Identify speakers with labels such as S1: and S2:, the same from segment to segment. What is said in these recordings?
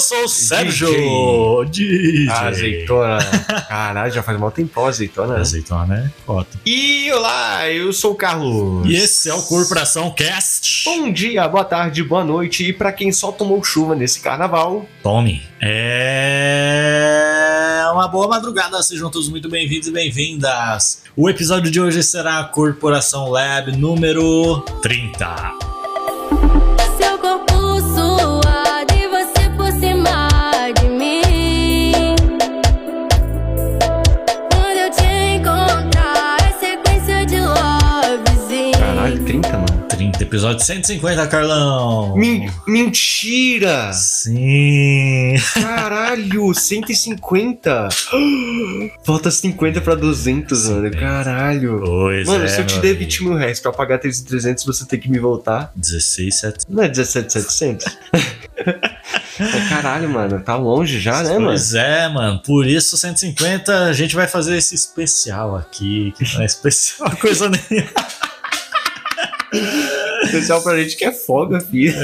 S1: Sou Sérgio DJ.
S2: Ah, azeitona. Caralho, já faz mal tempo a azeitona. né?
S1: Azeitona, né? Foto.
S2: E olá, eu sou o Carlos.
S1: E esse é o Corporação Cast.
S2: Bom dia, boa tarde, boa noite. E pra quem só tomou chuva nesse carnaval,
S1: Tome. É uma boa madrugada, sejam todos muito bem-vindos e bem-vindas. O episódio de hoje será a Corporação Lab número 30.
S3: Seu corpo suado e você por cima de mim. Quando eu te encontrar, é sequência de lovezinho.
S2: Caralho, 30, mano.
S1: 30, episódio 150, Carlão.
S2: Men- mentira!
S1: Sim.
S2: Caralho, 150! Falta 50 pra 200, mano. Caralho.
S1: Pois
S2: Mano,
S1: é,
S2: se eu te
S1: meu
S2: der
S1: amigo.
S2: 20 mil reais pra pagar 3,300, você tem que me voltar.
S1: 16, 7.
S2: Não é 17,700? Pô, Caralho, mano. Tá longe já, né, mano?
S1: Pois é, mano. Por isso, 150, a gente vai fazer esse especial aqui, que não é especial coisa nenhuma.
S2: Especial pra gente que é folga, filho.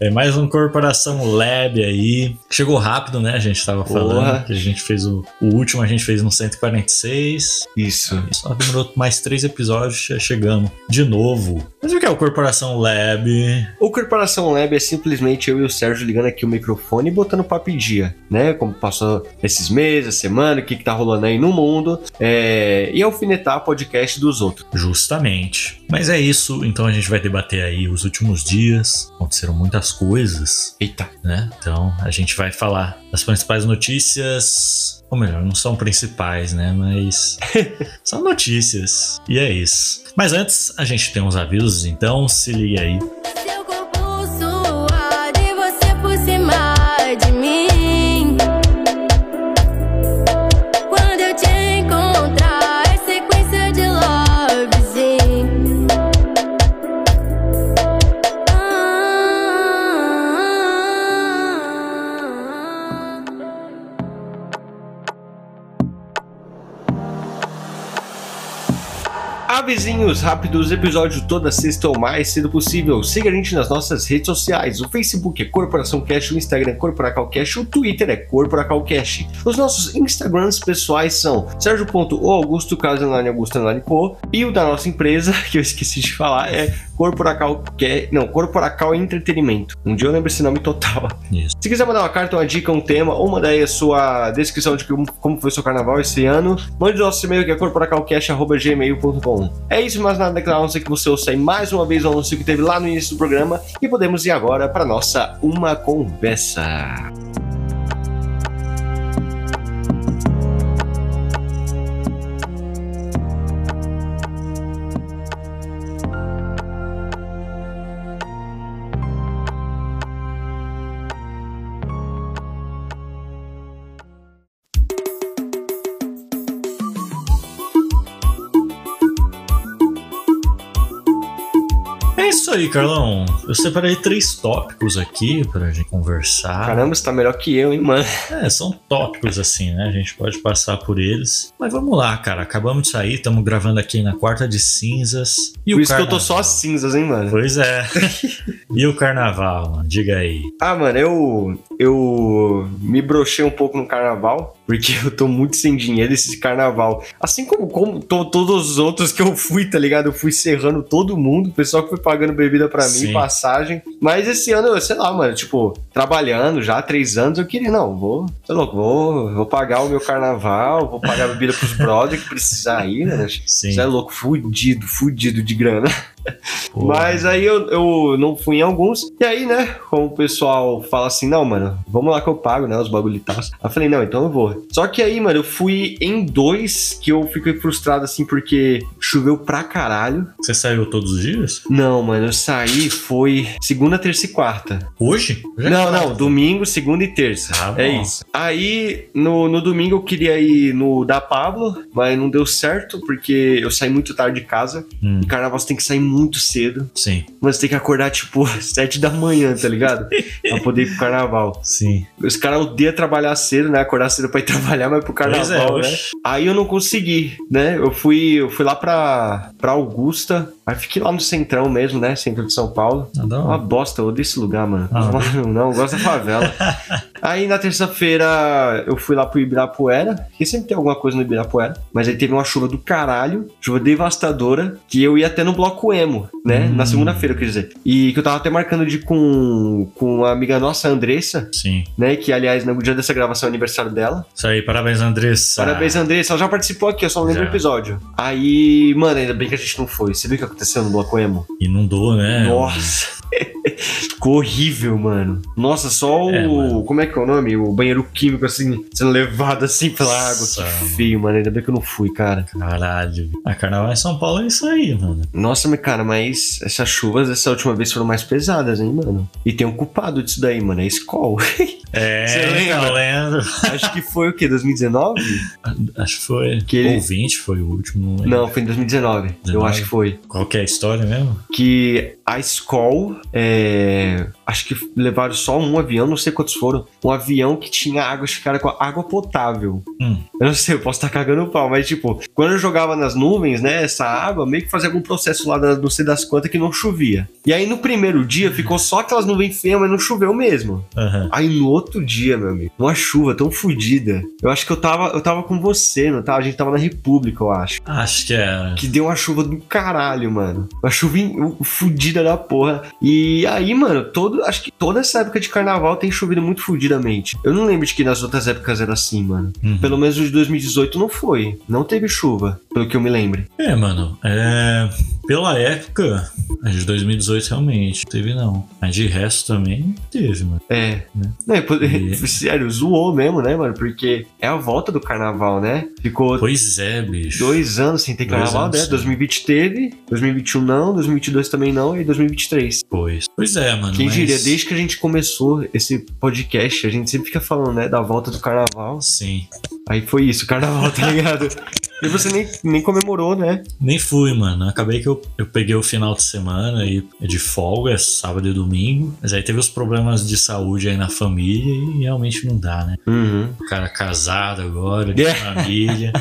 S1: É mais um Corporação Lab aí. Chegou rápido, né? A gente tava
S2: Porra.
S1: falando. Que a gente fez o, o último, a gente fez no 146.
S2: Isso.
S1: E só demorou mais três episódios, che- chegamos de novo. Mas o que é o Corporação Lab?
S2: O Corporação Lab é simplesmente eu e o Sérgio ligando aqui o microfone e botando papo em dia, né? Como passou esses meses, semana, o que, que tá rolando aí no mundo. é, E alfinetar podcast dos outros.
S1: Justamente. Mas é isso. Então a gente vai debater aí os últimos dias. Aconteceram muitas coisas.
S2: Eita.
S1: né? Então a gente vai falar das principais notícias. Ou melhor, não são principais, né? Mas são notícias. E é isso. Mas antes, a gente tem uns avisos, então se liga aí.
S3: Seu corpo suado e você por cima de mim. Quando eu te encontrar, é sequência de lovezinho. Ah,
S2: Avisinhos rápidos, episódio toda sexta ou mais cedo possível. Siga a gente nas nossas redes sociais. O Facebook é Corporação Cash, o Instagram é Corporacal Cash, o Twitter é Corporacal Cash. Os nossos Instagrams pessoais são Sérgio.oaugusto, caso online Augusto online Po, e o da nossa empresa, que eu esqueci de falar, é Corporacal Cash, não, Corporacal Entretenimento. Um dia eu lembro esse nome total.
S1: Isso.
S2: Se quiser mandar uma carta, uma dica, um tema, ou mandar aí a sua descrição de como, como foi o seu carnaval esse ano, mande o nosso e-mail que é corporacalcast.gmail.com. É isso, mais nada daquela anúncio que você ouça aí mais uma vez o anúncio que teve lá no início do programa e podemos ir agora para nossa Uma
S1: Ah.
S2: Conversa.
S1: É isso aí, Carlão. Eu separei três tópicos aqui pra gente conversar.
S2: Caramba, você tá melhor que eu, hein, mano?
S1: É, são tópicos assim, né? A gente pode passar por eles. Mas vamos lá, cara. Acabamos de sair, estamos gravando aqui na quarta de cinzas. E
S2: Por
S1: o
S2: isso que eu tô só assim.
S1: carnaval?
S2: as cinzas, hein, mano?
S1: Pois é. e o carnaval, mano? Diga aí.
S2: Ah, mano, eu, eu me brochei um pouco no carnaval, porque eu tô muito sem dinheiro esse carnaval. Assim como, como to- todos os outros que eu fui, tá ligado? Eu fui serrando todo mundo, o pessoal que foi pagando bebida pra
S1: Sim.
S2: mim, passagem. Mas esse ano, eu sei lá, mano, tipo, trabalhando já há três anos, eu queria, não, vou, sei lá, vou, vou pagar o meu carnaval, vou pagar a bebida pros brothers que precisar ir, né?
S1: Sim.
S2: Você é louco, fudido, fudido de grana.
S1: Pô.
S2: Mas aí eu, eu não fui em alguns. E aí, né? Como o pessoal fala assim, não, mano, vamos lá que eu pago, né? Os bagulho e tal. Aí eu falei, não, então eu vou. Só que aí, mano, eu fui em dois que eu fiquei frustrado assim, porque choveu pra caralho.
S1: Você saiu todos os dias?
S2: Não, mano, eu saí, foi segunda, terça e quarta.
S1: Hoje? Hoje é
S2: não,
S1: quarta.
S2: não, domingo, segunda e terça.
S1: Tá
S2: é
S1: bom.
S2: isso. Aí, no, no domingo eu queria ir no da Pablo, mas não deu certo, porque eu saí muito tarde de casa.
S1: Hum.
S2: E carnaval você tem que sair muito cedo,
S1: Sim,
S2: mas tem que acordar tipo sete da manhã, tá ligado? pra poder ir pro carnaval.
S1: sim.
S2: Os caras odeiam trabalhar cedo, né? Acordar cedo pra ir trabalhar, mas pro carnaval,
S1: Pois é,
S2: né?
S1: oxe.
S2: Aí eu não consegui, né? Eu fui, eu fui lá pra, pra Augusta, aí fiquei lá no centrão mesmo, né? Centro de São Paulo.
S1: Nada
S2: É Uma
S1: uma-
S2: bosta, eu odeio esse lugar, mano.
S1: Ah.
S2: Não, não, eu gosto da favela. aí na terça-feira eu fui lá pro Ibirapuera, que sempre tem alguma coisa no Ibirapuera, mas aí teve uma chuva do caralho, chuva devastadora, que eu ia até no bloco emo, né?
S1: Hum.
S2: Na segunda-feira, quer dizer. E que eu tava até marcando de ir com, com uma amiga nossa, a Andressa,
S1: Sim.
S2: né? Que aliás, no dia dessa gravação é aniversário dela.
S1: Isso aí, parabéns, Andressa.
S2: Parabéns, Andressa, ela já participou aqui, eu só não lembro
S1: Tá. Já.
S2: o episódio. Aí, mano, ainda bem que a gente não foi. Você viu o que aconteceu no bloco emo?
S1: Inundou, né?
S2: Nossa! Ficou horrível, mano. Nossa, só o.
S1: É, mano.
S2: como é que é o nome? O banheiro químico, assim, sendo levado assim pela água.
S1: Nossa.
S2: Que feio, mano. Ainda bem que eu não fui, cara.
S1: Caralho. A carnaval em São Paulo é isso aí, mano.
S2: Nossa, mas cara, mas essas chuvas dessa última vez foram mais pesadas, hein, mano? E tem um culpado disso daí, mano. É a escola.
S1: É,
S2: Você lembra?
S1: eu lembro.
S2: Acho que foi o quê? 2019?
S1: Acho que foi.
S2: Que ele-
S1: Ou 20 foi o último. lembro.
S2: Não, foi em 2019. Eu
S1: 19.
S2: acho que foi.
S1: Qual que é a história mesmo?
S2: que a Skoll, é, acho que levaram só um avião, não sei quantos foram, um avião que tinha água, acho que era com água potável.
S1: Hum.
S2: Eu não sei, eu posso estar cagando o pau, mas tipo, quando eu jogava nas nuvens, né, essa água, meio que fazia algum processo lá, da- não sei das quantas, que não chovia. E aí no primeiro dia ficou só aquelas nuvens feias, mas não choveu mesmo.
S1: Aham.
S2: Aí no outro dia, meu amigo, uma chuva tão fodida. Eu acho que eu tava, eu tava com você, não tava? A gente tava na República, eu acho.
S1: Acho que é, era.
S2: Que deu uma chuva do caralho, mano. Uma chuva in- fudida da porra. E aí, mano, todo, acho que toda essa época de carnaval tem chovido muito fudidamente. Eu não lembro de que nas outras épocas era assim, mano.
S1: Uhum.
S2: Pelo menos o de 2018 não foi. Não teve chuva, pelo que eu me lembre.
S1: É, mano. É... Pela época, a de 2018 realmente teve, não. Mas de resto também teve, mano.
S2: É. Não, eu pod-
S1: Né? E-
S2: Sério, zoou mesmo, né, mano? Porque é a volta do carnaval, né? Ficou
S1: Pois é, bicho.
S2: dois anos sem ter
S1: Dois
S2: carnaval,
S1: anos, é.
S2: né?
S1: sim.
S2: 2020 teve, 2021 não, 2022 também não, e 2023.
S1: Pois. Pois é, mano.
S2: Quem
S1: mas-
S2: diria, desde que a gente começou esse podcast, a gente sempre fica falando, né, da volta do carnaval.
S1: Sim.
S2: Aí foi isso, carnaval, tá ligado? E você nem, nem comemorou, né?
S1: Nem fui, mano. Acabei que eu, eu peguei o final de semana e de folga, sábado e domingo. Mas aí teve os problemas de saúde aí na família e realmente não dá, né?
S2: Uhum.
S1: O cara casado agora, de
S2: É.
S1: família.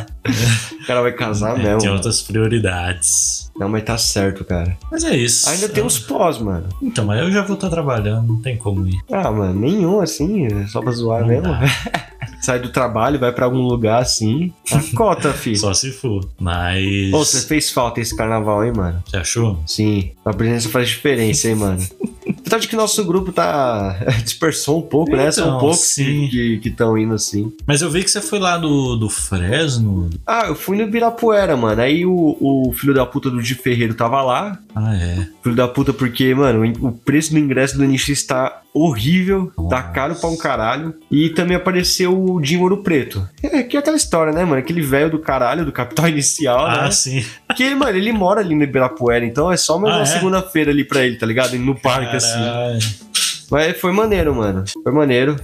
S2: O cara vai casar
S1: É,
S2: mesmo.
S1: tem
S2: mano.
S1: outras prioridades.
S2: Não, mas tá certo, cara.
S1: Mas é isso.
S2: Ainda tem uns pós, mano.
S1: Então, mas eu já vou estar trabalhando, não tem como ir.
S2: Ah, mano, nenhum assim, é só pra zoar
S1: Não
S2: mesmo.
S1: dá.
S2: Sai do trabalho, vai pra algum lugar assim. A cota, fi.
S1: Só se for. Mas.
S2: Ô, você fez falta esse carnaval, hein, mano?
S1: Você achou?
S2: Sim, a presença faz diferença, hein, mano. Apesar de que nosso grupo tá. dispersou um pouco, né? São
S1: Então,
S2: poucos
S1: sim.
S2: que estão indo assim.
S1: Mas eu vi que você foi lá do, do Fresno.
S2: Ah, eu fui no Ibirapuera, mano. Aí o, o filho da puta do Di Ferreiro tava lá.
S1: Ah, é.
S2: Filho da puta, porque, mano, o preço do ingresso do NX está horrível, tá
S1: Nossa.
S2: caro pra um caralho. E também apareceu o Dinho Ouro Preto. É, que é aquela história, né, mano? Aquele velho do caralho, do Capital Inicial, né?
S1: Ah, sim.
S2: Porque, mano, ele mora ali no Ibirapuera, então é só mais
S1: Ah,
S2: uma
S1: é?
S2: segunda-feira ali pra ele, tá ligado? No parque, assim.
S1: Caralho.
S2: Mas foi maneiro, mano. Foi maneiro.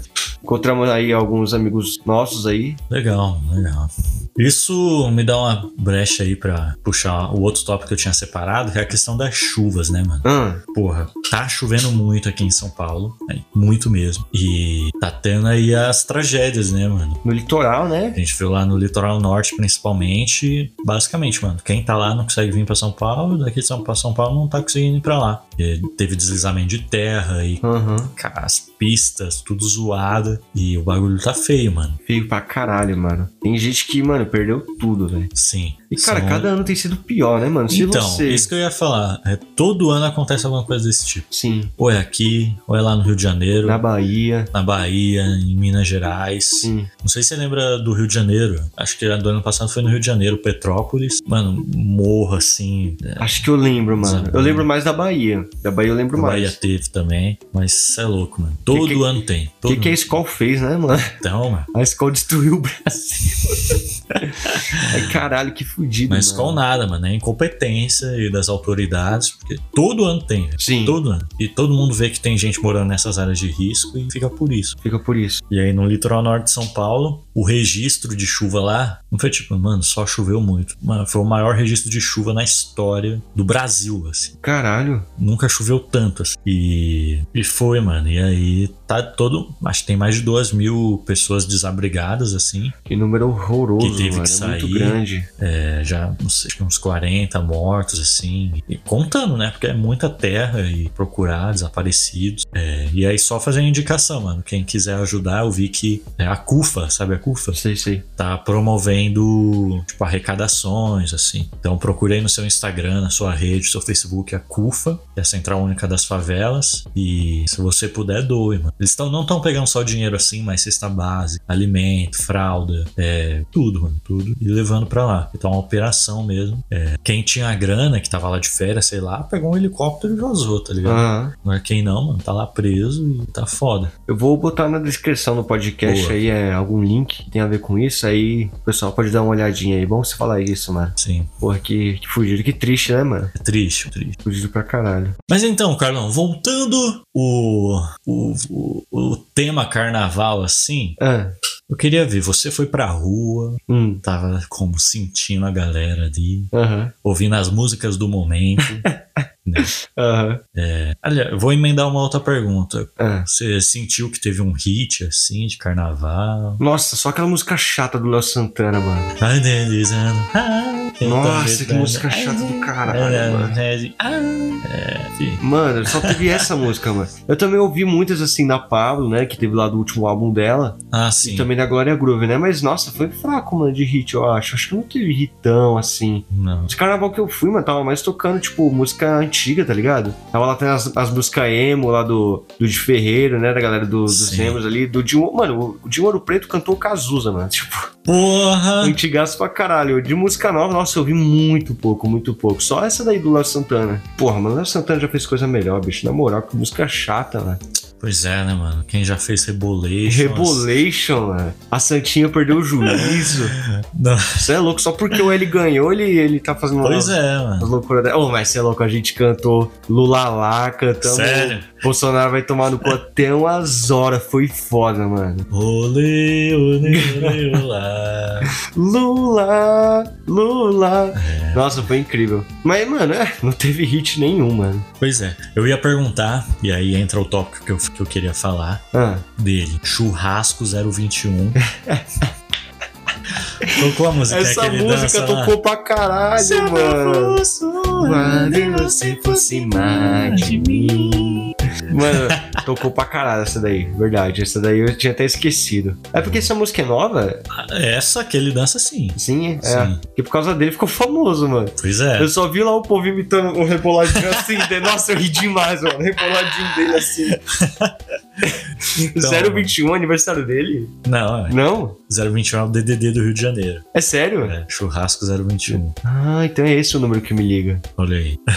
S2: Encontramos aí alguns amigos nossos aí.
S1: Legal, legal. Isso me dá uma brecha aí pra puxar o outro tópico que eu tinha separado, que é a questão das chuvas, né, mano?
S2: Ah,
S1: Porra, tá chovendo muito aqui em São Paulo, né? muito mesmo. E tá tendo aí as tragédias, né, mano?
S2: no litoral, né?
S1: A gente viu lá no litoral norte, principalmente. Basicamente, mano, quem tá lá não consegue vir pra São Paulo, daqui de São Paulo, São Paulo não tá conseguindo ir pra lá. E teve deslizamento de terra e
S2: Aham.
S1: cara, as pistas, tudo zoada. E o bagulho tá feio, mano.
S2: Feio pra caralho, mano. Tem gente que, mano, perdeu tudo, velho.
S1: Sim.
S2: E, cara,
S1: São-
S2: cada ano tem sido pior, né, mano? Se
S1: Então,
S2: você.
S1: isso que eu ia falar. É, todo ano acontece alguma coisa desse tipo.
S2: Sim,
S1: Ou é aqui, ou é lá no Rio de Janeiro, na,
S2: na Bahia.
S1: Bahia, em Minas Gerais.
S2: Sim.
S1: Não sei se você lembra do Rio de Janeiro. Acho que era do ano passado foi no Rio de Janeiro, Petrópolis. Mano, morro assim. é,
S2: Acho que eu lembro, mano.
S1: Sim.
S2: Eu lembro mais da Bahia. Da Bahia eu lembro
S1: Bahia
S2: mais.
S1: teve também. Mas isso é louco, mano. Todo
S2: Que que-
S1: ano tem.
S2: O
S1: Todo
S2: que, que a Skol fez, né, mano?
S1: ano. Então, mano.
S2: A Skol destruiu o Brasil. Ai, caralho, que fudido.
S1: Mas
S2: mano.
S1: com nada, mano. É incompetência e das autoridades, porque todo ano tem, velho.
S2: Sim,
S1: Todo ano. E todo mundo vê que tem gente morando nessas áreas de risco e fica por isso.
S2: fica por isso.
S1: E aí no litoral norte de São Paulo, o registro de chuva lá não foi tipo, mano, só choveu muito. Mano, foi o maior registro de chuva na história do Brasil, assim.
S2: Caralho.
S1: Nunca choveu tanto, assim. E, e foi, mano. E aí tá todo. Acho que tem mais de duas mil pessoas desabrigadas, assim.
S2: Que número horroroso,
S1: Que teve
S2: mano.
S1: que
S2: é
S1: sair.
S2: Muito grande.
S1: É, já, não sei, acho que uns 40 mortos, assim. E contando, né? Porque é muita terra e procurar desaparecidos. É, e aí só fazer a indicação, mano. Quem quiser ajudar, eu vi que é a CUFA, sabe a CUFA?
S2: Eu sei, sei.
S1: tá promovendo tipo arrecadações assim. Então procure aí no seu Instagram, na sua rede, no seu Facebook a CUFA, que é a Central Única das Favelas, e se você puder doe, mano. Eles tão, não estão pegando só dinheiro assim, mas cesta base, alimento, fralda, é, tudo, mano, tudo e levando pra lá. Então é uma operação mesmo. É, quem tinha a grana que tava lá de férias, sei lá, pegou um helicóptero e vazou, tá ligado?
S2: Aham.
S1: Agora quem não, mano, tá lá preso e tá foda.
S2: Eu vou botar na descrição do podcast
S1: Boa.
S2: aí é, algum link que tem a ver com isso. Aí o pessoal pode dar uma olhadinha aí. Bom você falar isso, mano.
S1: Sim,
S2: Porra, que, que fugido. Que triste, né, mano?
S1: é triste, triste.
S2: Fugido pra caralho.
S1: Mas então, Carlão, voltando o, o, o, o tema carnaval, assim,
S2: Ah,
S1: eu queria ver, você foi pra rua,
S2: hum.
S1: tava como sentindo a galera ali,
S2: Aham.
S1: ouvindo as músicas do momento.
S2: Aham.
S1: Aliás, eu vou emendar uma outra pergunta.
S2: ah.
S1: Você sentiu que teve um hit, assim, de carnaval?
S2: Nossa, só aquela música chata do Léo Santana, mano.
S1: Ai, delizando. Ai, eu tô
S2: Nossa, que
S1: gritando.
S2: música
S1: Ai,
S2: chata do
S1: ai,
S2: caralho, mano.
S1: ai, ai, É, fi.
S2: Mano, só teve essa música, mano. Eu também ouvi muitas assim da Pablo, né? Que teve lá do último álbum dela.
S1: Ah,
S2: E
S1: sim.
S2: também da Glória Groove, né? Mas nossa, foi fraco, mano, de hit, eu acho. Acho que não teve hitão, assim.
S1: Não.
S2: Os carnaval que eu fui, mano, tava mais tocando, tipo, música antiga, tá ligado? Tava lá tendo as, as músicas emo lá do, do de Ferreiro, né? Da galera do, dos
S1: Sim.
S2: emos ali. Do Dinho, mano, o Dinho Ouro Preto cantou Cazuza, mano. Tipo,
S1: Porra!
S2: Antigaço pra caralho. De música nova, nossa, eu vi muito pouco, muito pouco. Só essa daí do Léo Santana. Porra, mano, o Léo Santana já fez coisa melhor, bicho. Na moral, que música chata, né?
S1: Pois é, né, mano? Quem já fez rebolation.
S2: Rebolation, mano. A Santinha perdeu o juízo.
S1: Não.
S2: Você é louco, só porque o ele ganhou, ele, ele tá fazendo
S1: Pois
S2: uma...
S1: é, mano.
S2: As loucuras dela. Ô, mas você é louco, a gente cantou Lulalá, cantamos.
S1: Sério?
S2: Bolsonaro vai tomar no cu até umas horas. Foi foda, mano.
S1: Olê, olê, olê, olá.
S2: Lula, Lula.
S1: É.
S2: Nossa, foi incrível. Mas, mano, é, não teve hit nenhum, mano.
S1: Pois é, eu ia perguntar, e aí entra o tópico que eu, que eu queria falar
S2: Ah,
S1: dele: Churrasco 021. Tocou a música que
S2: essa
S1: ele dança
S2: música
S1: lá?
S2: tocou pra caralho,
S1: Se eu não
S2: mano.
S1: fosse uma, nem você fosse mais de mim.
S2: Mano, tocou pra caralho essa daí, verdade. Essa daí eu tinha até esquecido. É porque essa música é nova?
S1: Ah, Essa que ele dança sim.
S2: Sim, é.
S1: Sim.
S2: E por causa dele ficou famoso, mano.
S1: Pois é.
S2: Eu só vi lá o povo imitando o reboladinho assim. de- Nossa, eu ri demais, mano. O reboladinho dele assim.
S1: Então,
S2: 021, aniversário dele?
S1: Não, é.
S2: Não?
S1: 021 é o DDD do Rio de Janeiro.
S2: É sério?
S1: É, churrasco 021.
S2: Ah, então é esse o número que me liga.
S1: Olha aí.
S2: Tá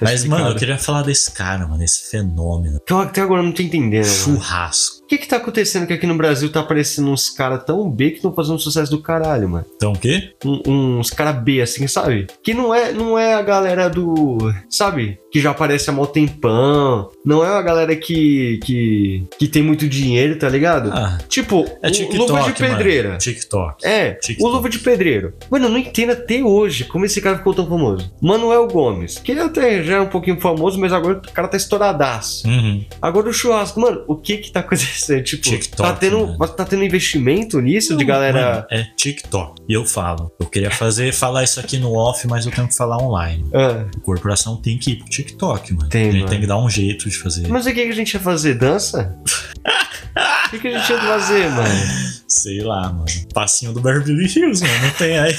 S1: Mas, mano, eu
S2: explicado.
S1: queria falar desse cara, mano, esse fenômeno.
S2: Então, até agora eu não tô entendendo. mano.
S1: Churrasco.
S2: O que que tá acontecendo que aqui no Brasil tá aparecendo uns caras tão B que estão fazendo sucesso do caralho, mano?
S1: Então o quê?
S2: Um- uns cara B, assim, sabe? Que não é, não é a galera do. Sabe? Que já aparece há mó tempão. Não é a galera que. que, que tem muito dinheiro, tá ligado?
S1: Ah,
S2: Tipo,
S1: é
S2: o
S1: TikTok.
S2: luva de
S1: mano.
S2: pedreira.
S1: TikTok.
S2: É,
S1: TikTok.
S2: o Luva de Pedreiro. Mano, eu não entendo até hoje como esse cara ficou tão famoso. Manuel Gomes, que ele até já é um pouquinho famoso, mas agora o cara tá estouradaço.
S1: Uhum.
S2: Agora o churrasco, mano, o que que tá acontecendo? Tipo,
S1: TikTok,
S2: tá, tendo,
S1: né?
S2: mas tá tendo investimento nisso de
S1: Não,
S2: galera.
S1: mano, é TikTok. E eu falo. Eu queria fazer falar isso aqui no off, mas eu tenho que falar online.
S2: Ah,
S1: A corporação tem que ir pro TikTok, mano.
S2: Tem,
S1: a gente
S2: mano.
S1: tem que dar um jeito de fazer.
S2: mas o que que a gente ia fazer? Dança? O que, que a gente ia fazer, mano?
S1: Sei lá, mano. Passinho do Beverly Hills, mano. Não tem aí.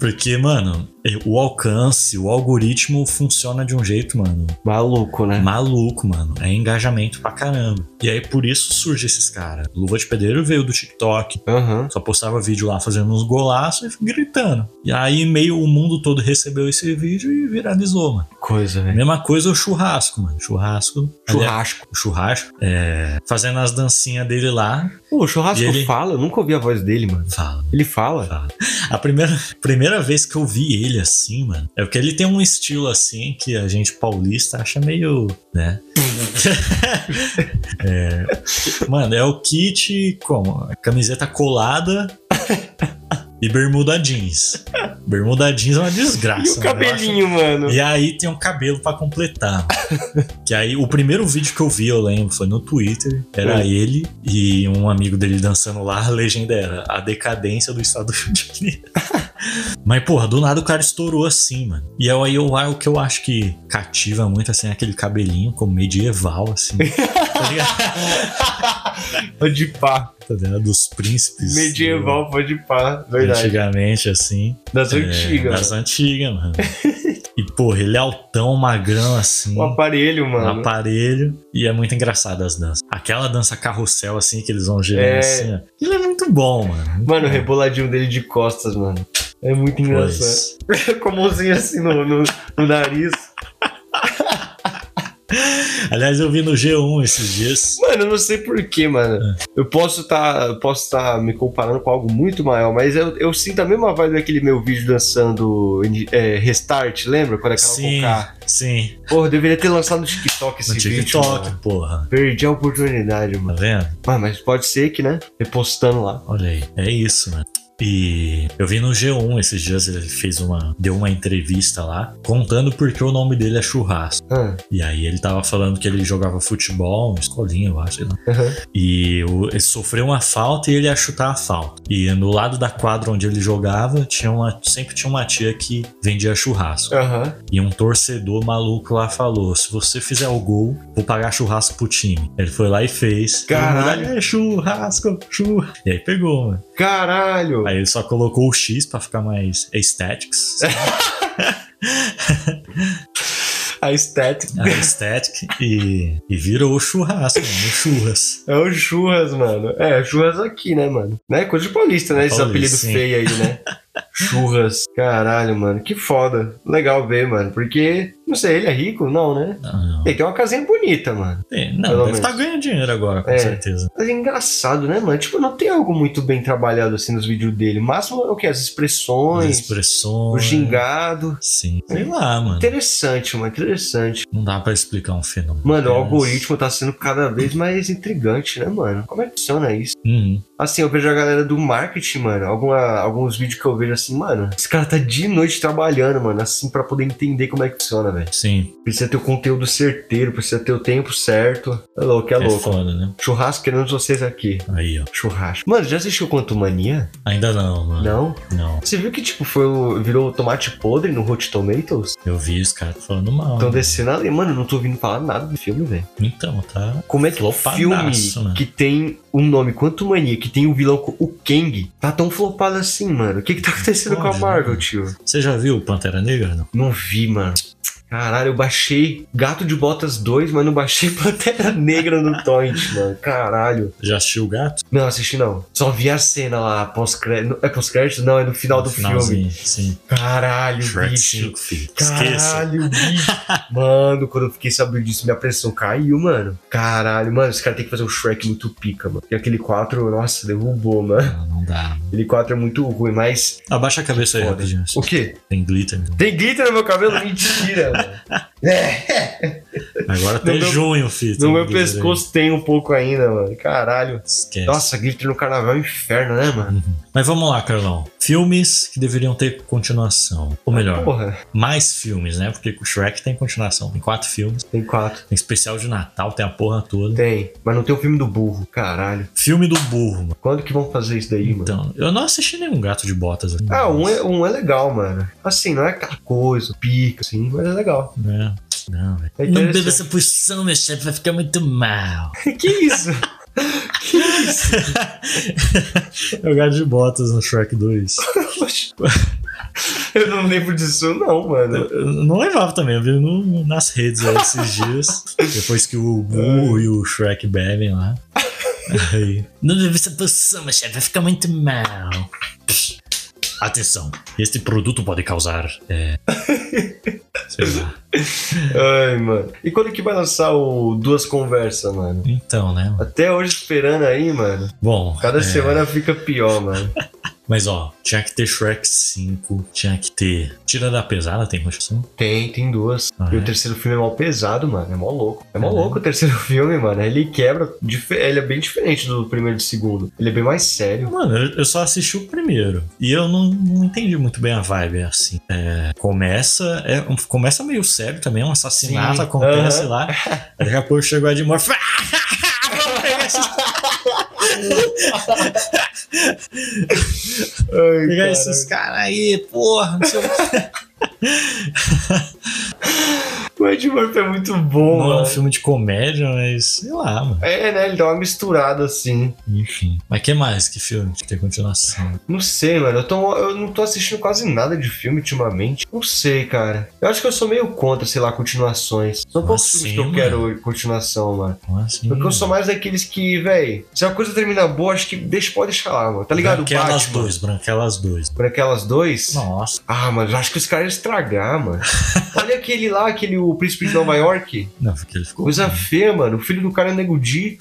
S1: Porque, mano, o alcance, o algoritmo funciona de um jeito, mano.
S2: Maluco, né?
S1: Maluco, mano. É engajamento pra caramba. E aí, por isso surge esses caras. Luva de Pedreiro veio do TikTok.
S2: Aham.
S1: Só postava vídeo lá fazendo uns golaços e gritando. E aí, meio o mundo todo recebeu esse vídeo e viralizou, mano.
S2: coisa, velho.
S1: Mesma coisa o churrasco, mano. Churrasco. aliás,
S2: Churrasco.
S1: O churrasco. é, fazendo as dancinhas dele lá.
S2: Pô, o churrasco
S1: E ele-
S2: fala, eu nunca ouvi a voz dele, mano.
S1: Fala.
S2: Ele fala.
S1: Fala. A primeira, primeira vez que eu vi ele assim, mano, é porque ele tem um estilo assim que a gente paulista acha meio, né? É, mano, é o kit como? Camiseta colada e bermuda jeans. Bermuda jeans é uma desgraça. mano, eu
S2: E o
S1: acho-
S2: cabelinho, mano.
S1: e aí tem um cabelo pra completar. mano. que aí o primeiro vídeo que eu vi, eu lembro, foi no Twitter. Era
S2: Hum.
S1: ele e um amigo dele dançando lá. A legenda era a decadência do estado do Rio de Janeiro. Mas, porra, do nada o cara estourou assim, mano. E aí eu, o que eu acho que cativa muito, assim, é aquele cabelinho como medieval, assim. tá ligado?
S2: Pode pá.
S1: Tá ligado? Dos príncipes.
S2: Medieval, pode pá.
S1: do-
S2: Verdade.
S1: Antigamente, assim.
S2: Das
S1: É,
S2: antigas.
S1: Das antigas, mano. e, porra, ele é altão, magrão, assim.
S2: O aparelho,
S1: no
S2: mano.
S1: aparelho. E é muito engraçado as danças. Aquela dança carrossel, assim, que eles vão girando
S2: É.
S1: assim, ó. Ele é muito bom, mano.
S2: Mano, o reboladinho dele de costas, mano. É muito engraçado.
S1: Pois.
S2: Com a mãozinha assim no, no, no nariz.
S1: Aliás, eu vi no G1 esses dias.
S2: Mano, eu não sei porquê, mano.
S1: É.
S2: Eu posso estar posso tá me comparando com algo muito maior, mas eu, eu sinto a mesma vibe daquele meu vídeo dançando é, Restart, lembra? Quando é aquela
S1: Sim,
S2: K.
S1: sim.
S2: Porra, eu deveria ter lançado no TikTok esse
S1: No
S2: vídeo. é
S1: TikTok,
S2: mano.
S1: porra.
S2: Perdi a oportunidade,
S1: Tá
S2: mano.
S1: vendo?
S2: Ah, mas pode ser que, né? Repostando lá.
S1: Olha aí. É isso, mano. E eu vi no G1 esses dias, ele fez uma. deu uma entrevista lá, contando por que o nome dele é churrasco.
S2: Ah,
S1: E aí ele tava falando que ele jogava futebol, uma escolinha, eu acho, sei lá.
S2: aham.
S1: E o- ele sofreu uma falta e ele ia chutar a falta. E no lado da quadra onde ele jogava, tinha uma, sempre tinha uma tia que vendia churrasco.
S2: Aham.
S1: E um torcedor maluco lá falou: se você fizer o gol, vou pagar churrasco pro time. Ele foi lá e fez.
S2: Caralho.
S1: Ele, "É, churrasco, churrasco. E aí pegou, mano.
S2: Caralho!
S1: Aí ele só colocou o X pra ficar mais aesthetics.
S2: A estética.
S1: aesthetic. E, e virou o churrasco, mano. O churras.
S2: É o churras, mano. É, churras aqui, né, mano? Né? Coisa de paulista, né? Esse
S1: Paulista,
S2: apelido
S1: sim.
S2: feio aí, né? churras. Caralho, mano. Que foda. Legal ver, mano. Porque, não sei, ele é rico? Não, né?
S1: Não, Ah, não.
S2: Ele tem uma casinha bonita, mano.
S1: Tem- É, Não, deve
S2: Pelo menos.
S1: estar ganhando dinheiro agora, com
S2: É.
S1: certeza.
S2: Mas é engraçado, né, mano? Tipo, não tem algo muito bem trabalhado assim nos vídeos dele. O máximo é o quê? As
S1: As
S2: expressões, o
S1: expressões.
S2: gingado.
S1: Sim. Sei lá, mano.
S2: Interessante, mano. Interessante.
S1: Não dá pra explicar um fenômeno.
S2: Mano, o
S1: Mas-
S2: algoritmo tá sendo cada vez mais intrigante, né, mano? Como é que funciona isso?
S1: Uhum.
S2: Assim, eu vejo a galera do marketing, mano. Alguma, alguns vídeos que eu vejo assim, mano. Esse cara tá de noite trabalhando, mano. Assim, pra poder entender como é que funciona, velho.
S1: Sim.
S2: Precisa ter o conteúdo certeiro, precisa ter o tempo certo. É louco, é
S1: É,
S2: louco.
S1: foda, né?
S2: Churrasco querendo vocês aqui.
S1: Aí, ó.
S2: Churrasco. Mano, já assistiu Quanto Mania?
S1: Ainda não, mano.
S2: Não?
S1: Não.
S2: Você viu que, tipo, foi o, virou o tomate podre no Hot Tomatoes?
S1: Eu vi os caras falando mal.
S2: Estão
S1: né?
S2: descendo ali. Mano, eu não tô ouvindo falar nada do filme, velho.
S1: Então, tá.
S2: Como é que o filme
S1: Flopadaço, né?
S2: que tem um nome quanto mania, que tem o vilão co- o Kang, tá tão flopado assim, mano? O que que tá acontecendo
S1: Pode,
S2: com a Marvel,
S1: né?
S2: tio?
S1: Você já viu o Pantera Negra? Não.
S2: Não vi, mano. Caralho, eu baixei Gato de Botas 2, mas não baixei Pantera Negra no Torrent, mano. Caralho.
S1: Já assistiu o gato?
S2: Não, assisti não. Só vi a cena lá, pós-crédito. É pós-crédito? Não, é no final do filme.
S1: Finalzinho, Sim.
S2: Caralho,
S1: Shrek
S2: bicho.
S1: 5, filho. Esqueça.
S2: Caralho, bicho. Mano, quando eu fiquei sabendo disso, minha pressão caiu, mano. Caralho, mano, esse cara tem que fazer um Shrek muito pica, mano. E aquele 4, nossa, derrubou, mano.
S1: Não, não dá.
S2: Aquele 4 é muito ruim, mas.
S1: Abaixa a cabeça aí,
S2: Foda.
S1: rapidinho. assim.
S2: O quê?
S1: Tem glitter. então.
S2: Tem glitter no meu cabelo? Mentira, mano.
S1: Agora até
S2: meu-
S1: junho, filho.
S2: No
S1: tem
S2: meu
S1: glitter né? É. aí.
S2: pescoço tem um pouco ainda, mano. Caralho.
S1: Esquece.
S2: Nossa, glitter no carnaval é um inferno, né, mano?
S1: Mas vamos lá, Carlão. Filmes que deveriam ter continuação. Ou melhor,
S2: Porra,
S1: mais filmes, né? Porque o Shrek tem continuação. Tem quatro filmes.
S2: tem quatro.
S1: Tem especial de Natal, tem a porra toda.
S2: Tem, mas não tem o filme do burro, caralho.
S1: Filme do burro, mano.
S2: Quando que vão fazer isso daí, mano?
S1: Então, eu não assisti nenhum gato de botas. assim. aqui.
S2: Ah, um é, um é legal, mano. Assim, não é aquela coisa, pica, assim, mas é legal.
S1: Né? Não, velho.
S2: É
S1: não beba
S2: interessante.
S1: essa poção, meu chefe, vai ficar muito mal.
S2: que isso? que isso?
S1: É o gato de botas no Shrek 2.
S2: Poxa. Eu não lembro disso, não, mano.
S1: Eu não levava também, eu vi no- nas redes aí esses dias. Depois que o Burro e o Shrek bebem lá. Aí. Não beba essa poção, meu chefe, vai ficar muito mal. Psh. Atenção, este produto pode causar. É, sei lá.
S2: Ai, mano. E quando que vai lançar o Duas Conversas, mano?
S1: Então, né? mano?
S2: Até hoje esperando aí, mano.
S1: Bom,
S2: Cada
S1: é,
S2: semana fica pior, mano.
S1: Mas ó, tinha que ter Shrek 5, tinha que ter. Tira da pesada, tem continuação?
S2: Tem, tem duas.
S1: Ah,
S2: e
S1: é?
S2: o terceiro filme é mal pesado, mano. É mó louco. É mó
S1: Caramba.
S2: louco o terceiro filme, mano. Ele quebra. dif- Ele é bem diferente do primeiro e do segundo. Ele é bem mais sério.
S1: Mano, eu- eu só assisti o primeiro. E eu não, não entendi muito bem a vibe, assim. É, começa, é, um- começa meio sério também, um assassinato
S2: Sim,
S1: acontece
S2: aham.
S1: lá. Daqui a pouco chegou a Ed Murphy. Vamos pegar esses,
S2: Ai,
S1: pegar esses caras aí, porra. Não sei o que.
S2: O Ed Murphy é muito bom,
S1: Não é um
S2: mano.
S1: filme de comédia, mas sei lá, mano.
S2: É, né? Ele dá uma misturada assim.
S1: Enfim. Mas que mais? Que filme que tem continuação?
S2: Não sei, mano. Eu, tô, eu não tô assistindo quase nada de filme ultimamente. Não sei, cara. Eu acho que eu sou meio contra, sei lá, continuações. São
S1: Como
S2: poucos filmes
S1: assim,
S2: que eu
S1: mano?
S2: quero continuação, mano.
S1: Como assim?
S2: Porque eu sou mais daqueles que, véi, se a coisa terminar boa, acho que deixa, pode deixar lá, mano. Tá ligado?
S1: Branquelas
S2: Batman,
S1: dois, branquelas dois.
S2: Por aquelas dois.
S1: Nossa.
S2: Ah, mano, eu acho que os caras iam estragar, mano. Olha aquele lá, aquele o príncipe de Nova York.
S1: Não, porque ele ficou.
S2: Coisa feia, mano. O filho do cara é nego Di.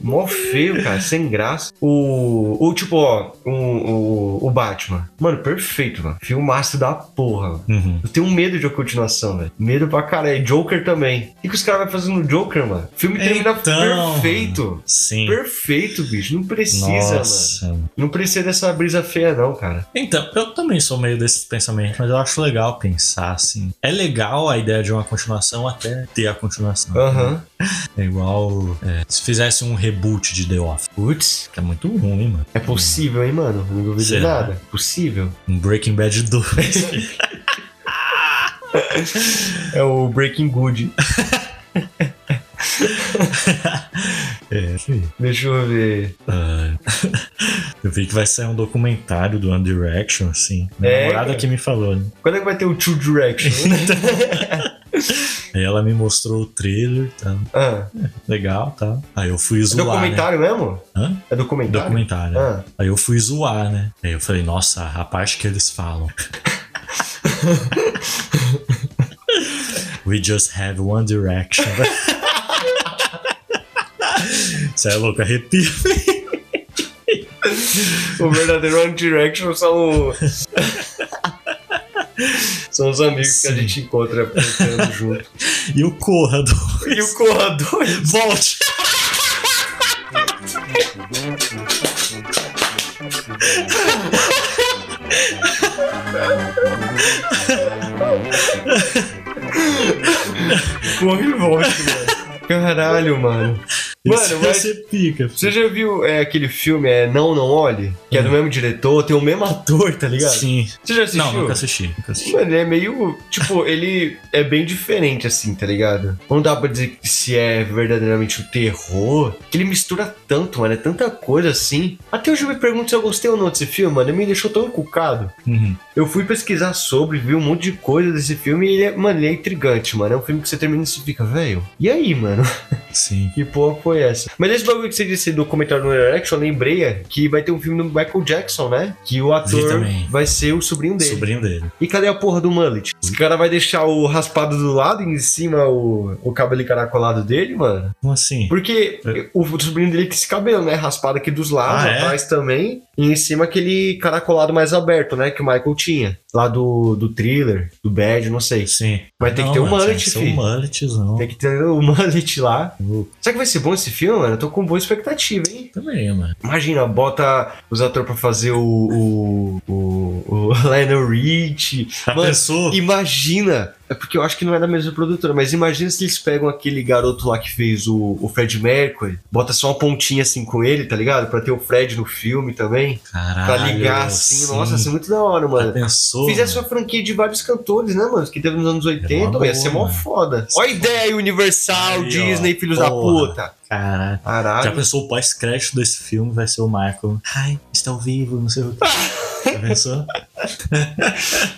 S2: Mó feio, cara, sem graça. O. Ou tipo, ó, o, o, o Batman. Mano, perfeito, mano. Filmaço da porra, mano.
S1: Uhum.
S2: Eu tenho medo de uma continuação, velho. Medo pra caralho. E Joker também. O que, que os caras vão fazer no Joker, mano? O filme termina
S1: Então,
S2: perfeito.
S1: Sim.
S2: Perfeito, bicho. Não precisa, mano.
S1: Nossa,
S2: Não precisa dessa brisa feia, não, cara.
S1: Então, eu também sou meio desses pensamentos, mas eu acho legal pensar assim. É legal a ideia de uma continuação até ter a continuação.
S2: Aham.
S1: É igual é, se fizesse um reboot de The Office,
S2: Putz.
S1: que é muito ruim, mano.
S2: É possível, hein, mano? Não duvido de
S1: Será?
S2: nada. Possível.
S1: Um Breaking Bad 2.
S2: É o Breaking Good.
S1: é, enfim.
S2: Deixa eu ver.
S1: Ah, eu vi que vai sair um documentário do One Direction, assim. Minha
S2: É,
S1: namorada
S2: cara.
S1: que me falou, né?
S2: Quando é que vai ter o Two Direction?
S1: Aí ela me mostrou o trailer, tá?
S2: ah,
S1: Legal, tá? Aí eu fui
S2: é
S1: zoar, né?
S2: documentário mesmo?
S1: Hã?
S2: É documentário?
S1: Documentário. né?
S2: Ah.
S1: Aí eu fui zoar, né? Aí eu falei, nossa, a parte que eles falam. We just have one direction. Você é louco, arrepio.
S2: O verdadeiro One Direction são. o- são os amigos
S1: Sim.
S2: que a gente encontra pensando junto.
S1: E o Corra do.
S2: E o corredor?
S1: Volte!
S2: Corre e volta,
S1: né?
S2: mano. Caralho, mano.
S1: Mano,
S2: Mano, mas-
S1: você pica.
S2: Você já viu é, aquele filme é Não Não Olhe? Que é
S1: Hum.
S2: do mesmo diretor, tem o mesmo ator, tá ligado?
S1: Sim.
S2: Você já assistiu?
S1: Não, nunca assisti. Nunca assisti.
S2: Mano, ele é meio. Tipo, ele é bem diferente, assim, tá ligado? Não dá pra dizer que se é verdadeiramente o terror. Que ele mistura tanto, mano. É tanta coisa assim. Até hoje eu me pergunto se eu gostei ou não desse filme, mano. Ele me deixou tão encucado.
S1: Uhum.
S2: Eu fui pesquisar sobre, vi um monte de coisa desse filme e ele é, mano, ele é intrigante, mano. É um filme que você termina e você fica, velho. E aí, mano?
S1: Sim.
S2: Que porra foi essa? Mas esse bagulho que você disse do comentário no Erection, eu lembrei é, que vai ter um filme do Michael Jackson, né? Que o ator
S1: também.
S2: vai ser o sobrinho dele.
S1: Sobrinho dele.
S2: E cadê a porra do mullet? Os cara vai deixar o raspado do lado e em cima o, o cabelo encaracolado dele, mano?
S1: Como assim?
S2: Porque o, o sobrinho dele tem esse cabelo, né? Raspado aqui dos lados,
S1: Ah, é?
S2: atrás também. E em cima aquele caracolado mais aberto, né? Que o Michael tinha. Lá do, do thriller, do bad, não sei.
S1: Sim.
S2: Vai ter que ter um mullet,
S1: Tem um
S2: filho.
S1: mulletzão.
S2: Tem que ter o mullet lá.
S1: Eu
S2: Será que vai ser bom esse filme, mano? Eu tô com boa expectativa, hein?
S1: Também, mano.
S2: Imagina, bota os atores pra fazer o. o. o, o Lionel Rich.
S1: Já
S2: Mano,
S1: pensou?
S2: Imagina! É porque eu acho que não é da mesma produtora, mas imagina se eles pegam aquele garoto lá que fez o, o Fred Mercury, bota só uma pontinha assim com ele, tá ligado? Pra ter o Fred no filme também. Pra
S1: Caralho.
S2: ligar assim, nossa, ia ser muito da hora,
S1: Já
S2: mano.
S1: pensou?
S2: Fizesse uma franquia de vários cantores, né, mano? Que teve nos anos 80,
S1: É boa,
S2: ia ser mó
S1: mano.
S2: foda. Olha a ideia, Universal,
S1: Aí, ó,
S2: Disney, filhos
S1: porra.
S2: da puta.
S1: Caralho. Já
S2: Caralho.
S1: pensou o pós-crédito desse filme vai ser o Michael? Ai, está ao vivo, não sei o que. Já pensou?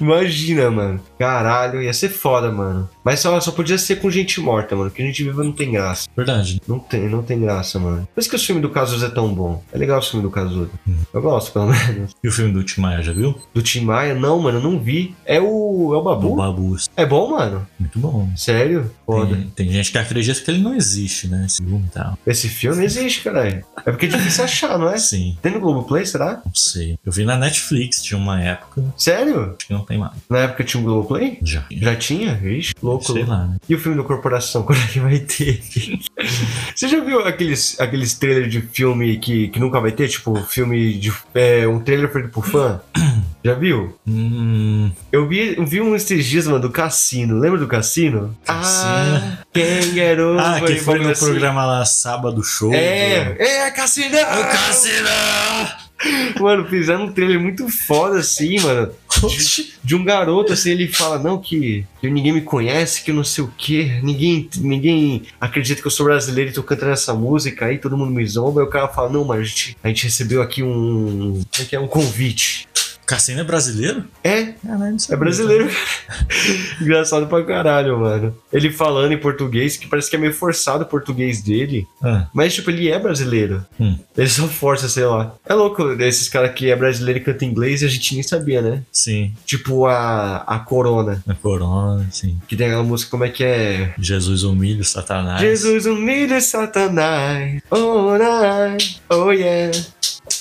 S2: Imagina, mano. Caralho, ia ser foda, mano. Mas só, só podia ser com gente morta, mano. Que gente viva não tem graça.
S1: Verdade.
S2: Não tem, não tem graça, mano. Por isso que o filme do Cazuza é tão bom. É legal o filme do Cazuza. Eu gosto, pelo menos.
S1: E o filme do Tim Maia, já viu?
S2: Do Tim Maia, não, mano, eu não vi. É o. É o
S1: O
S2: Babu?
S1: Babu.
S2: É bom, mano?
S1: Muito bom.
S2: Sério? Foda.
S1: Tem, tem gente que acredita que ele não existe, né? Esse filme e tal.
S2: Esse filme existe, caralho. É porque é difícil achar, não é?
S1: Sim,
S2: Tem no Globoplay, será?
S1: não sei. Eu vi na Netflix, tinha uma época,
S2: Sério?
S1: acho que não tem mais.
S2: Na época tinha um Globoplay?
S1: Já.
S2: Já tinha? Ixi, louco.
S1: Sei lá, né?
S2: E o filme do Corporação, quando é que vai ter? Você já viu aqueles, aqueles trailers de filme que, que nunca vai ter? Tipo, filme de. é, um trailer feito por fã? Já viu?
S1: Hum,
S2: Eu vi, eu vi um esses dias, mano, do Cassino. Lembra do Cassino?
S1: Cassino.
S2: Ah, quem era o
S1: Ah, que foi
S2: Ivan
S1: no
S2: Cassino?
S1: programa lá, Sábado Show. né?
S2: É, é, Cassino!
S1: O Cassino!
S2: Mano, fizeram um trailer muito foda assim, mano.
S1: Oxi.
S2: de um garoto, assim, ele fala, não, que, que ninguém me conhece, que eu não sei o quê, ninguém, ninguém acredita que eu sou brasileiro e tô cantando essa música, aí todo mundo me zomba, aí o cara fala, não, mas a gente, a gente recebeu aqui um, como é que é, um convite.
S1: Cassino é brasileiro?
S2: É,
S1: Caralho, não
S2: é
S1: sabia.
S2: brasileiro. Engraçado pra caralho, mano. Ele falando em português, que parece que é meio forçado o português dele,
S1: Ah,
S2: mas, tipo, ele é brasileiro.
S1: Hum.
S2: Ele só força, sei lá. É louco, esses caras que é brasileiro e canta inglês, a gente nem sabia, né?
S1: sim,
S2: Tipo a, a Corona,
S1: na Corona, sim.
S2: que tem aquela música, como é que é?
S1: Jesus humilha o Satanás.
S2: Jesus humilha Satanás. Oh, right. oh yeah.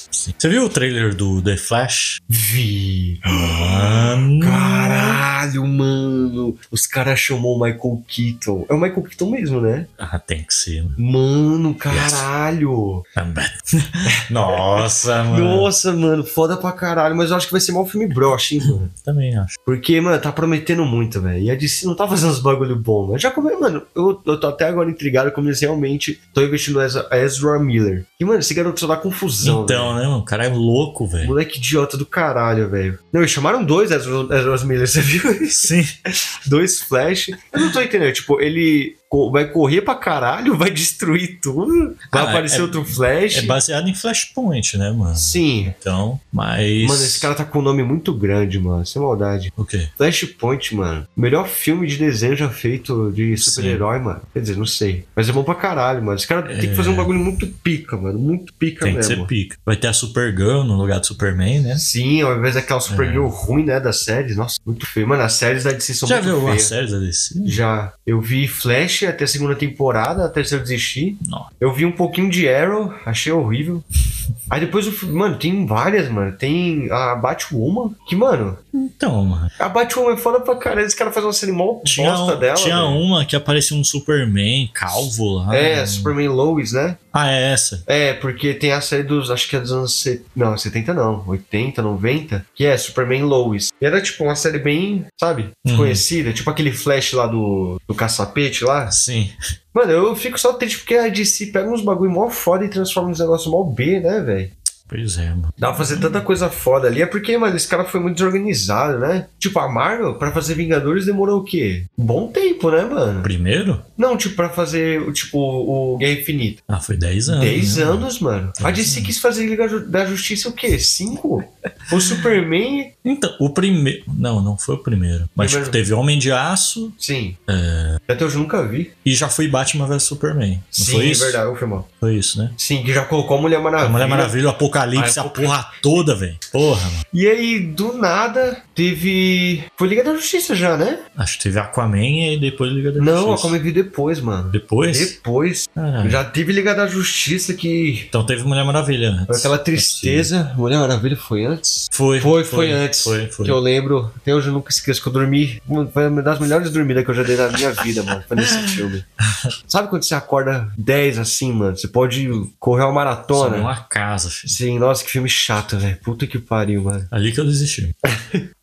S1: Sim. Você viu o trailer do The Flash?
S2: Vi.
S1: Mano.
S2: Caralho, mano. Os caras chamou o Michael Keaton. É o Michael Keaton mesmo, né?
S1: Ah, tem que ser. né?
S2: Mano, caralho.
S1: I'm back. Nossa, mano.
S2: Nossa, mano, foda pra caralho. Mas eu acho que vai ser mal um filme broxa, hein, mano.
S1: Também acho.
S2: Porque, mano, tá prometendo muito, velho. E a DC não tá fazendo uns bagulho bom, mas já come, mano, eu, eu tô até agora intrigado como eles realmente estão investindo no Ezra, Ezra Miller. E, mano, esse garoto só dá confusão. velho.
S1: então, né, mano? O cara é louco, velho.
S2: Moleque idiota do caralho, velho. Não, e chamaram dois Ezra, Ezra Miller, você viu?
S1: Sim.
S2: dois Flash. Eu não tô entendendo. Tipo, ele co- vai correr pra caralho, vai destruir tudo, vai
S1: Ah,
S2: aparecer
S1: é-
S2: outro Flash.
S1: É baseado em Flashpoint, né, mano?
S2: Sim.
S1: Então, mas.
S2: Mano, esse cara tá com um nome muito grande, mano. Sem maldade.
S1: O quê?
S2: Flashpoint, mano. O melhor filme de desenho já feito de
S1: Sim.
S2: super-herói, mano. Quer dizer, não sei. Mas é bom pra caralho, mano. Esse cara tem que fazer um bagulho muito pica, mano. Muito pica
S1: É. Tem que ser
S2: mesmo.
S1: pica. Vai ter a Supergirl no lugar do Superman, né?
S2: Sim, ao invés daquela Supergirl ruim, né, das séries. Nossa, muito feio. Mano, as séries da DC são
S1: Já viu
S2: muito
S1: alguma
S2: feias.
S1: série da DC?
S2: Já. Eu vi Flash até a segunda temporada, a terceira eu desisti.
S1: Nossa.
S2: Eu vi um pouquinho de Arrow, achei horrível. Aí depois, o fi- mano, tem várias, mano. Tem a Batwoman, que, mano,
S1: Então, mano.
S2: a Batwoman é foda pra caralho. Esse cara faz uma série mó
S1: Tinha,
S2: bosta
S1: um-
S2: dela.
S1: tinha
S2: velho.
S1: uma que aparecia um Superman calvo lá.
S2: É, Superman Lois, né?
S1: Ah, é essa.
S2: É, porque tem a série dos, acho que é dos anos 70, não, 70 não, 80, 90, que é Superman Lois. E era tipo uma série bem,
S1: Uhum.
S2: sabe, desconhecida, tipo aquele Flash lá do, do caçapete lá.
S1: Ah, Sim.
S2: Mano, eu fico só triste porque a DC pega uns bagulho mó foda e transforma nos negócios mó B, né, velho?
S1: Pois é, mano.
S2: Dá pra fazer tanta coisa foda ali. É porque, mano, esse cara foi muito desorganizado, né? Tipo, a Marvel, pra fazer Vingadores, demorou o quê? Um bom tempo, né, mano?
S1: Primeiro?
S2: Não, tipo, pra fazer, o tipo, o Guerra Infinita.
S1: Ah, foi 10 anos.
S2: 10
S1: né, mano?
S2: anos, mano. A DC quis fazer Liga Ju- da Justiça o quê? 5? O Superman.
S1: Então, o primeiro. Não, não foi o primeiro. Mas
S2: Primeiro.
S1: tipo, teve Homem de Aço
S2: Sim. Até hoje eu nunca vi.
S1: e já foi Batman vs Superman. Não
S2: Sim,
S1: É.
S2: é
S1: foi isso?
S2: verdade, o filmão.
S1: Foi isso, né?
S2: Sim, que já colocou a Mulher Maravilha.
S1: A Mulher Maravilha, o Apocalipse,
S2: Ah,
S1: a porra toda, velho. Porra, mano.
S2: E aí, do nada, teve. Foi Liga da Justiça já, né?
S1: Acho que teve Aquaman e aí depois Liga da
S2: Não, a
S1: Justiça.
S2: Comic vi depois, mano.
S1: Depois? Ah.
S2: Depois.
S1: Caralho.
S2: Já teve Liga da Justiça que.
S1: Então teve Mulher Maravilha antes.
S2: Aquela tristeza. Mulher Maravilha foi antes?
S1: Foi,
S2: Foi, foi antes.
S1: Foi, foi.
S2: Que eu lembro, até hoje eu nunca esqueço que eu dormi. mano, Foi uma das melhores dormidas que eu já dei na minha vida, mano. Foi nesse filme. Sabe quando você acorda 10 assim, mano? Você pode correr uma
S1: Subiu
S2: maratona.
S1: é uma casa, filho.
S2: Sim, nossa, que filme chato, velho. Puta que pariu, mano.
S1: Ali que eu desisti.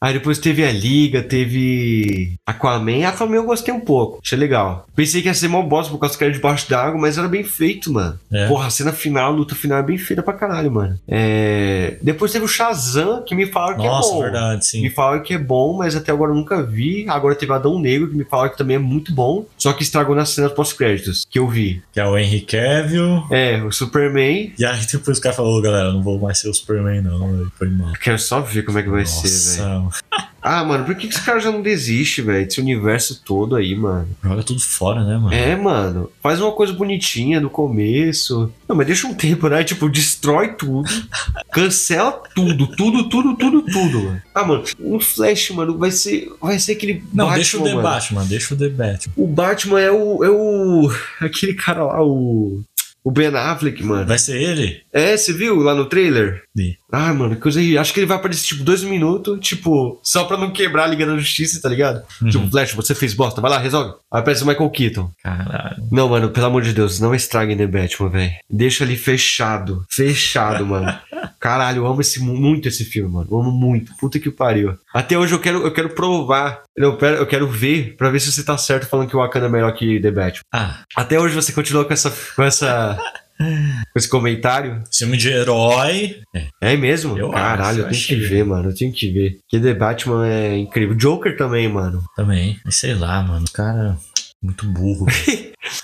S2: Aí depois teve a Liga, teve Aquaman. Aquaman eu gostei um pouco. Achei legal. Pensei que ia ser mó bosta por causa que era debaixo d'água, mas era bem feito, mano.
S1: É.
S2: Porra, a cena final, a luta final é bem feita pra caralho, mano. É... Depois teve o Shazam, que me falaram que é
S1: Nossa,
S2: bom.
S1: verdade, sim.
S2: Me falaram que é bom, mas até agora eu nunca vi. Agora teve Adão Negro, que me falaram que também é muito bom. Só que estragou nas cenas pós-créditos, que eu vi.
S1: Que é o Henry Cavill.
S2: É, o Superman.
S1: tipo, E aí depois o cara falou, "Ô, galera, eu não vou mais ser o Superman, não. velho. Foi mal.
S2: Eu quero só ver como é que vai ser, velho.
S1: Nossa,
S2: Ah, mano, por que, que esse cara já não desiste, velho? Desse universo todo aí, mano.
S1: joga tudo fora, né, mano?
S2: É, mano. Faz uma coisa bonitinha no começo. Não, mas deixa um tempo, né? Tipo, destrói tudo. Cancela tudo, tudo, tudo, tudo, tudo, mano. Ah, mano, um Flash, mano, vai ser, vai ser aquele
S1: Não,
S2: Batman,
S1: deixa o The
S2: mano.
S1: Batman, deixa o The Batman.
S2: O Batman é o, é o... Aquele cara lá, o... O Ben Affleck, mano.
S1: Vai ser ele?
S2: É, você viu lá no trailer?
S1: Vi.
S2: Ah, mano, coisa aí. Acho que ele vai aparecer, tipo, dois minutos, tipo, só pra não quebrar a Liga da Justiça, tá ligado?
S1: Uhum.
S2: Tipo, Flash, você fez bosta, vai lá, resolve. Aí aparece o Michael Keaton.
S1: Caralho.
S2: Não, mano, pelo amor de Deus, não estraguem The Batman, velho. Deixa ali fechado. Fechado, mano. Caralho, eu amo esse, mu- muito esse filme, mano. Eu amo muito. Puta que pariu. Até hoje eu quero, eu quero provar. Eu quero, eu quero ver pra ver se você tá certo falando que o Wakanda é melhor que The Batman.
S1: Ah,
S2: Até hoje você continua com essa. com essa. com esse comentário.
S1: filme de herói.
S2: É mesmo?
S1: Eu acho, é.
S2: Caralho, eu
S1: eu
S2: tenho que
S1: achei.
S2: ver, mano. Eu tenho que ver. Que The Batman é incrível. Joker também, mano.
S1: Também. Mas sei lá, mano. o Cara, muito burro.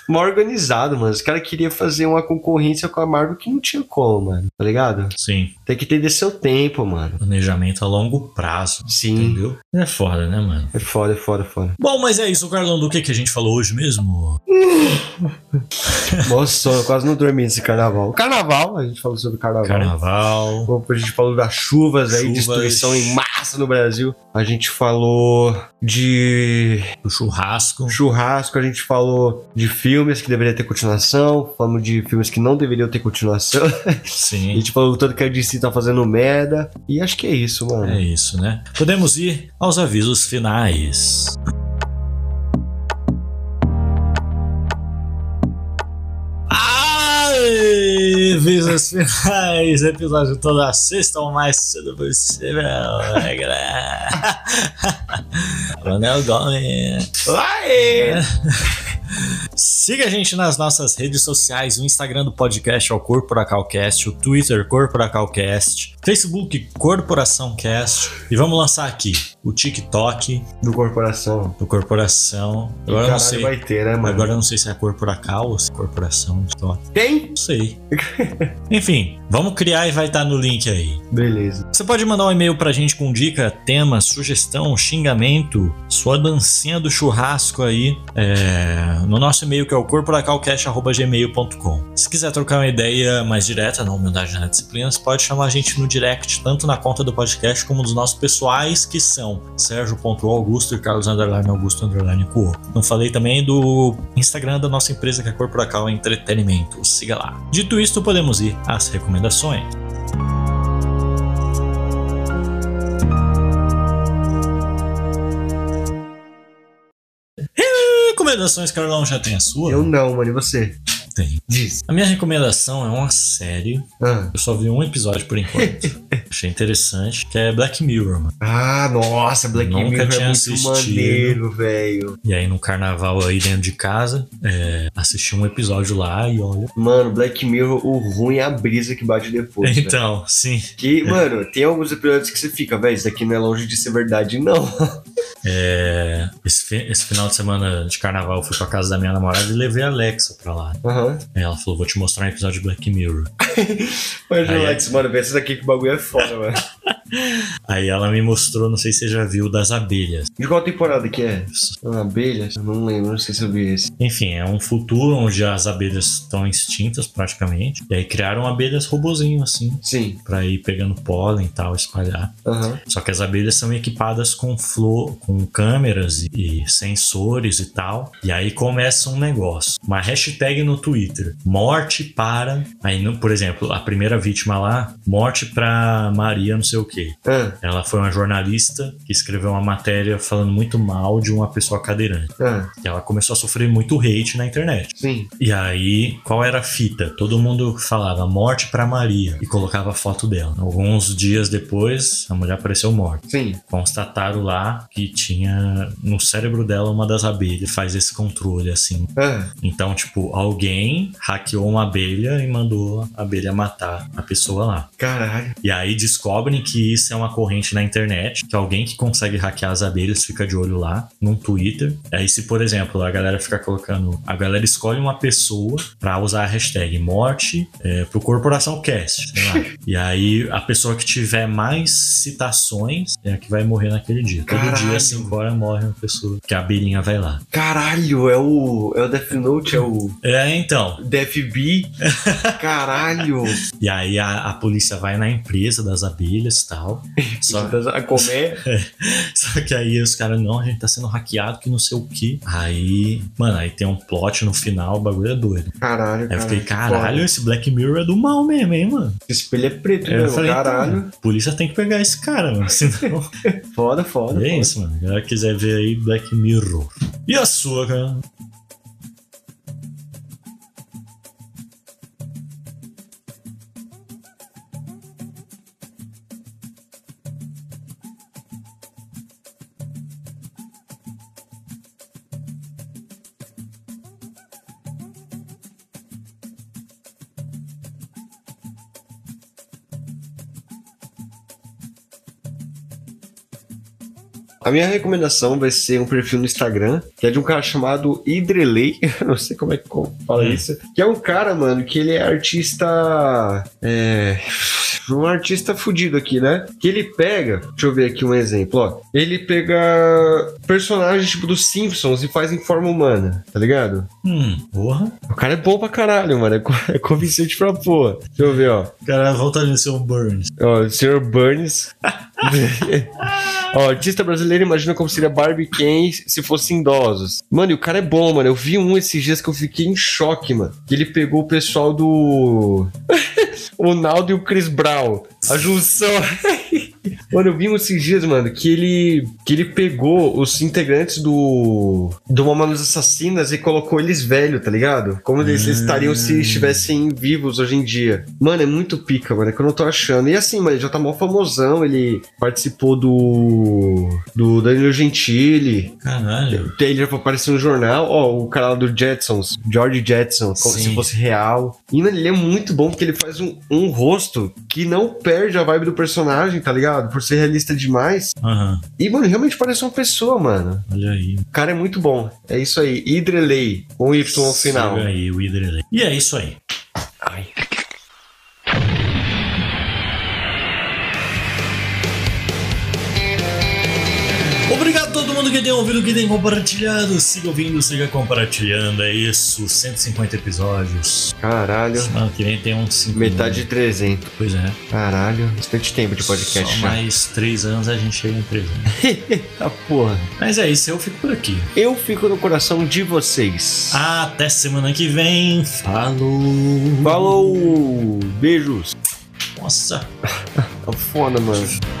S2: Mal organizado, mano. Os caras queriam fazer uma concorrência com a Marvel que não tinha como, mano. Tá ligado?
S1: Sim.
S2: Tem que ter seu tempo, mano.
S1: Planejamento a longo prazo.
S2: Sim.
S1: Entendeu? É foda, né, mano?
S2: É foda, é foda, é foda.
S1: Bom, mas é isso, Carlão. Do que, que a gente falou hoje mesmo?
S2: Tá Nossa, eu quase não dormi nesse carnaval. Carnaval, a gente falou sobre carnaval.
S1: Carnaval.
S2: Opa, A gente falou das chuvas aí,
S1: Chuvas.
S2: destruição em massa no Brasil. A gente falou de
S1: O churrasco.
S2: churrasco, a gente falou de filmes que deveria ter continuação, falamos de filmes que não deveriam ter continuação. A
S1: Sim.
S2: gente falou tanto que a DC tá fazendo merda. E acho que é isso, mano.
S1: É isso, né? Podemos ir aos avisos finais. Ai, Avisos finais, episódio toda sexta ou mais cedo possível. né, galera? Coronel Gomes.
S2: Vai!
S1: Siga a gente nas nossas redes sociais, o Instagram do podcast é o Corporacalcast, o Twitter Corporacalcast, Facebook Corporação Cast e vamos lançar aqui o TikTok
S2: Do corporação.
S1: do Corporação. Agora eu não
S2: Caralho,
S1: sei.
S2: vai ter, né, mano?
S1: Agora eu não sei se é Corporacal ou se é Corporação TikTok.
S2: Tem?
S1: Não sei. Enfim, vamos criar e vai estar no link aí.
S2: Beleza.
S1: Você pode mandar um e-mail pra gente com dica, tema, sugestão, xingamento, sua dancinha do churrasco aí, é, no nosso e-mail que é o corporacalcast.gmail.com. Se quiser trocar uma ideia mais direta na Humildade na Disciplina, você pode chamar a gente no direct, tanto na conta do podcast como dos nossos pessoais, que são sergio.augusto e carlos underline augusto underline Cuo. Não falei também do Instagram da nossa empresa que é Corporacal Entretenimento. Siga lá. Dito isto, podemos ir às recomendações. Recomendações, Carlão, já tem a sua?
S2: Eu não, mano. E você?
S1: tenho.
S2: Diz.
S1: A minha recomendação é uma série.
S2: Ah,
S1: Eu só vi um episódio por enquanto. Achei interessante, que é Black Mirror, mano.
S2: Ah, nossa, Black
S1: Nunca
S2: Mirror é
S1: tinha
S2: muito
S1: assistido.
S2: maneiro, velho.
S1: E aí no carnaval aí dentro de casa, é, assisti um episódio lá e olha.
S2: Mano, Black Mirror, o ruim é a brisa que bate depois. velho.
S1: Então, sim.
S2: Que, mano, tem alguns episódios que você fica, velho, isso daqui não é longe de ser verdade, não.
S1: É, esse, fi- esse final de semana de carnaval eu fui pra casa da minha namorada e levei a Alexa pra lá.
S2: Aham.
S1: Aí ela falou: vou te mostrar um episódio de Black Mirror.
S2: Mas,
S1: Aí é.
S2: Alex, mano, vê esse daqui que o bagulho é foda, mano.
S1: Aí ela me mostrou, não sei se você já viu, das abelhas.
S2: De qual temporada que é? Ah, abelhas? Eu Não lembro, não sei se eu vi esse.
S1: Enfim, é um futuro onde as abelhas estão extintas praticamente. E aí criaram abelhas robozinho, assim.
S2: Sim.
S1: Pra ir pegando pólen e tal, espalhar.
S2: Aham.
S1: Só que as abelhas são equipadas com flor, com câmeras e sensores e tal. E aí começa um negócio. Uma hashtag no Twitter. Morte para. Aí, no- por exemplo, a primeira vítima lá, morte pra Maria, não sei o quê.
S2: Ah,
S1: Ela foi uma jornalista que escreveu uma matéria falando muito mal de uma pessoa cadeirante.
S2: ah,
S1: E ela começou a sofrer muito hate na internet.
S2: sim.
S1: E aí, qual era a fita? Todo mundo falava morte pra Maria e colocava a foto dela. Alguns dias depois, a mulher apareceu morta.
S2: Sim.
S1: Constataram lá que tinha no cérebro dela uma das abelhas, faz esse controle assim.
S2: Ah,
S1: Então, tipo, alguém hackeou uma abelha e mandou a abelha matar a pessoa lá.
S2: caralho.
S1: E aí descobrem que que isso é uma corrente na internet, que alguém que consegue hackear as abelhas fica de olho lá, num Twitter. Aí se, por exemplo, a galera ficar colocando... A galera escolhe uma pessoa pra usar a hashtag morte é, pro Corporação Cast, sei lá. e aí a pessoa que tiver mais citações é a que vai morrer naquele dia. Todo dia,
S2: Caralho.
S1: às 5 horas, morre uma pessoa que a abelhinha vai lá.
S2: Caralho, é o. É o Death Note, é o
S1: É, então...
S2: DFB. Caralho.
S1: E aí a, a polícia vai na empresa das abelhas e tal. Só,
S2: A comer.
S1: só que aí os caras, não, a gente tá sendo hackeado que não sei o que. Aí, mano, aí tem um plot no final, o bagulho é doido.
S2: Caralho,
S1: Aí eu
S2: cara.
S1: fiquei, caralho, esse Black Mirror é do mal mesmo, hein, mano.
S2: Esse espelho é preto,
S1: Aí eu
S2: meu.
S1: falei, então,
S2: Caralho.
S1: mano, a polícia tem que pegar esse cara, mano. Senão. é
S2: Foda, foda. foda.
S1: isso, mano. Se a galera quiser ver aí Black Mirror. E a sua, cara?
S2: A minha recomendação vai ser um perfil no Instagram, que é de um cara chamado Idrelei, eu não sei como é que como fala
S1: Hum.
S2: isso, que é um cara, mano, que ele é artista. É. Um artista fudido aqui, né? Que ele pega. Deixa eu ver aqui um exemplo, ó. Ele pega personagens tipo dos Simpsons e faz em forma humana, tá ligado?
S1: Hum, porra.
S2: O cara é bom pra caralho, mano. É co- É convincente pra porra. Deixa eu ver, ó.
S1: O cara volta a ser um Burns.
S2: Ó, o Sr. Burns. Ó, artista brasileiro imagina como seria Barbie Ken se fossem idosos. Mano, e o cara é bom, mano. Eu vi um esses dias que eu fiquei em choque, mano. Que ele pegou o pessoal do. o Naldo e o Chris Brown. A junção. mano, eu vi um esses dias, mano, que ele. que ele pegou os integrantes do. do Mamonas Assassinas e colocou eles velho, tá ligado? Como eles
S1: Hum.
S2: estariam se estivessem vivos hoje em dia. Mano, é muito pica, mano. É que eu não tô achando. E assim, mano, ele já tá mó famosão. Ele participou do. do Danilo Gentili.
S1: Caralho.
S2: Ele já apareceu no jornal, ó, o canal do Jetsons, George Jetson, como
S1: Sim.
S2: se fosse real. E, mano, ele é muito bom porque ele faz um, um rosto que não perde a vibe do personagem, tá ligado? Por ser realista demais.
S1: Aham.
S2: E, mano, realmente parece uma pessoa, mano.
S1: Olha aí,
S2: O cara é muito bom. É isso aí. Idrelei, com Y ao final.
S1: Siga aí, o Idrelei. E é isso aí.
S2: Ai.
S1: Obrigado a todo mundo que tem ouvido, que tem compartilhado. Siga ouvindo, siga compartilhando. É isso, 150 episódios.
S2: Caralho.
S1: Semana que vem tem um uns 5
S2: Metade de 300.
S1: Pois é.
S2: Caralho. Bastante tempo de podcast
S1: Só
S2: já.
S1: mais 3 anos a gente chega em 3 anos.
S2: Ah, porra.
S1: Mas é isso, eu fico por aqui.
S2: Eu fico no coração de vocês.
S1: Até semana que vem. Falou.
S2: Falou! Beijos.
S1: Nossa.
S2: Tá foda, mano.